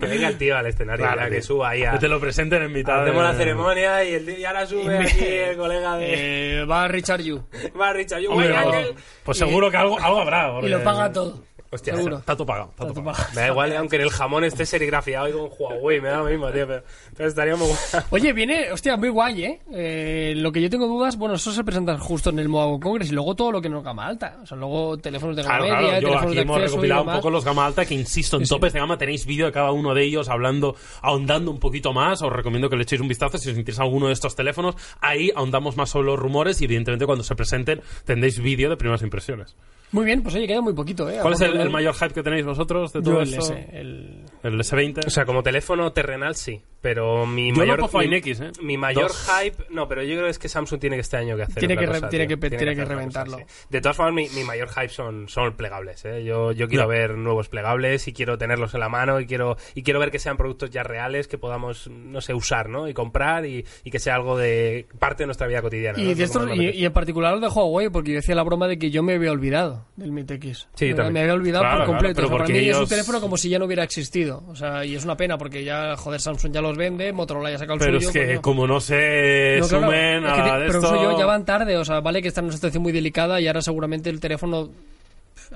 C: que venga el tío al escenario,
B: Claro,
C: ya, que
B: tío.
C: suba ahí a.
B: Que te lo presenten en mitad.
C: Hacemos la
B: de-
C: ceremonia y, el, tío- y ahora sube aquí el colega de.
A: Eh, va Richard Yu.
C: Va Richard, yo
B: Hombre,
C: voy,
B: no,
C: Ángel.
B: pues seguro que algo, algo habrá.
A: Y
B: porque-
A: lo paga todo.
C: Hostia,
A: Seguro.
B: Está todo pagado. está todo
A: Tanto
B: pagado.
A: paga.
C: Me da igual, aunque en el jamón esté serigrafiado y con Huawei, me da lo mismo, tío, pero, pero estaría muy guay.
A: Oye, viene, hostia, muy guay, ¿eh? Eh, Lo que yo tengo dudas, bueno, eso se presenta justo en el Mobile Congress y luego todo lo que no es gama alta. O sea, luego teléfonos de gama
B: Claro,
A: media,
B: claro, yo
A: teléfonos
B: aquí
A: de
B: hemos
A: acceso y
B: recopilado un
A: demás.
B: poco los gama alta, que insisto,
A: Sí,
B: en
A: sí.
B: topes de gama tenéis vídeo de cada uno de ellos hablando, ahondando un poquito más, os recomiendo que le echéis un vistazo si os interesa alguno de estos teléfonos, ahí ahondamos más sobre los rumores y evidentemente cuando se presenten tendréis vídeo de primeras impresiones.
A: Muy bien, pues oye, queda muy poquito, ¿eh?
B: ¿Cuál es el,
A: Aparte,
B: el mayor hype que tenéis vosotros de
A: yo
B: todo
A: el
B: esto?
A: S, E. el-
B: El S20.
C: O sea, como teléfono terrenal sí, pero mi
B: Yo
C: mayor...
B: el Oppo Find
C: mi,
B: X, ¿eh?
C: mi mayor
B: Dos.
C: hype... No, pero yo creo que es que Samsung tiene que este año que hacer
A: Tiene que
C: otra
A: re-
C: cosa,
A: tiene
C: tío.
A: que pe- tiene que
C: hacer otra cosa,
A: reventarlo.
C: sí. De todas formas, mi, mi mayor hype son, son plegables, ¿eh? Yo, yo quiero
B: Ya.
C: ver nuevos plegables y quiero tenerlos en la mano y quiero, y quiero ver que sean productos ya reales que podamos, no sé, usar, ¿no? Y comprar y, y que sea algo de parte de nuestra vida cotidiana. ¿no?
A: Y,
C: No
A: de estos-
C: como nos
A: y,
C: apetece.
A: y en particular los de Huawei, porque yo decía la broma de que yo me había olvidado del Mate X.
C: Sí, yo
A: O sea,
C: también.
A: me había olvidado
B: Claro,
A: por
B: claro,
A: completo.
B: pero
A: O sea, para
B: porque
A: mí es un
B: ellos-
A: teléfono como si ya no hubiera existido. O sea, y es una pena, porque ya, joder, Samsung ya los vende, Motorola ya ha sacado el
B: pero
A: suyo.
B: es que
A: coño.
B: como no se
A: No, claro,
B: sumen
A: es que
B: a
A: te-
B: la de
A: pero
B: esto...
A: eso yo ya van tarde, o sea, vale que está en una situación muy delicada y ahora seguramente el teléfono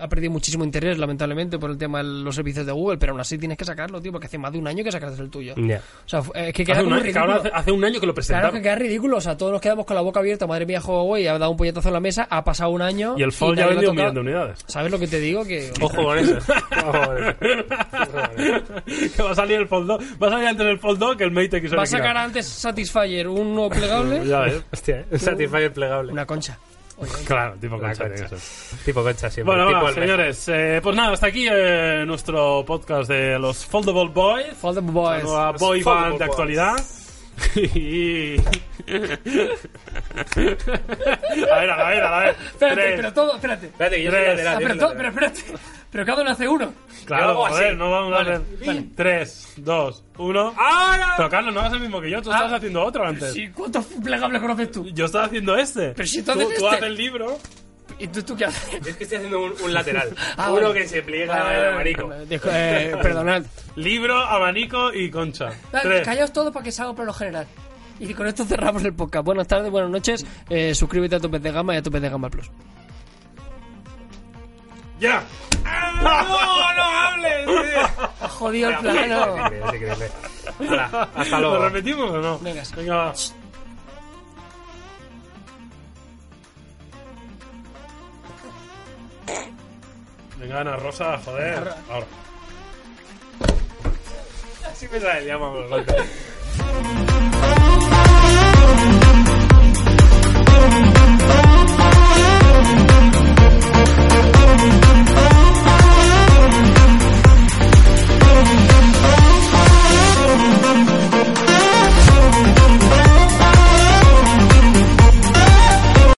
A: ha perdido muchísimo interés, lamentablemente, por el tema de los servicios de Google, pero aún así tienes que sacarlo, tío, porque hace más de un año que sacaste el tuyo.
C: Ya.
A: O sea, fu- eh, es que queda
B: Mm. Hace un,
A: como
B: año, que ahora
A: ridículo.
B: hace, hace un año que lo presentaron.
A: Claro que queda ridículo, o sea, todos nos quedamos con la boca abierta, madre mía, Huawei ha dado un puñetazo en la mesa, ha pasado un año
B: Y el Fold ya
A: nadie lo
B: vendió
A: ha
B: un
A: tocado.
B: millón de unidades.
A: ¿Sabes lo que te digo? Que
C: Ojo con eso. Ojo con eso.
B: que va a salir el Fold 2. Va a salir antes el Fold 2 que el Mate X
A: va a
B: original.
A: sacar antes Satisfyer un nuevo plegable,
B: Ya ves.
C: Hostia, ¿eh? Satisfyer plegable.
A: una concha.
B: Claro, tipo
C: La
B: concha,
C: concha.
B: tiene que ser.
C: Tipo concha siempre.
B: Bueno,
C: tipo
B: va,
C: el mejor.
B: señores, eh, pues nada, hasta aquí eh, nuestro podcast de los Foldable Boys.
A: Fold the
B: la
A: boys.
B: nueva boy
C: Foldable
B: band de
C: Boys.
B: actualidad. Y- a ver, a ver, a ver.
A: Espérate,
B: Tres.
A: pero todo, espérate.
C: Espérate, que yo soy
B: Tres.
C: lateral,
A: Ah,
C: yo soy
A: pero, todo, pero
C: lateral.
A: espérate, pero cada uno hace uno.
B: Claro,
C: Yo hago
B: joder,
C: así.
B: no vamos a
A: Vale,
B: ver.
A: vale.
B: 3, 2, 1.
A: ¡Ah,
C: ¡Ahora!
B: Pero Carlos, no hagas el mismo que yo, tú estabas haciendo otro antes.
A: Sí, ¿Cuántos plegables conoces tú?
B: Yo estaba haciendo este.
A: Pero si entonces
B: tú, tú
A: este-
B: haces el libro.
A: ¿Y tú, tú qué haces?
C: Es que estoy haciendo un, un lateral.
A: Ah,
C: Uno
A: vale.
C: que se pliega el marico.
A: Dijo, eh, perdonad.
B: Libro, abanico y concha.
C: Ah,
A: Dale,
B: Tres.
A: callaos todo para que salga por lo general. Y con esto cerramos el podcast. Buenas tardes, buenas noches. Eh, suscríbete a Topes de Gama y a Topes de Gama Plus.
B: ¡Ya!
C: ¡No, no hables!
A: Ha jodido el
C: Claro.
A: plano.
C: Hasta luego.
B: ¿Lo repetimos o no?
A: Venga, sí.
B: Venga. va. Venga, Ana Rosa, joder. Ahora.
C: Así me sale el llama, por favor.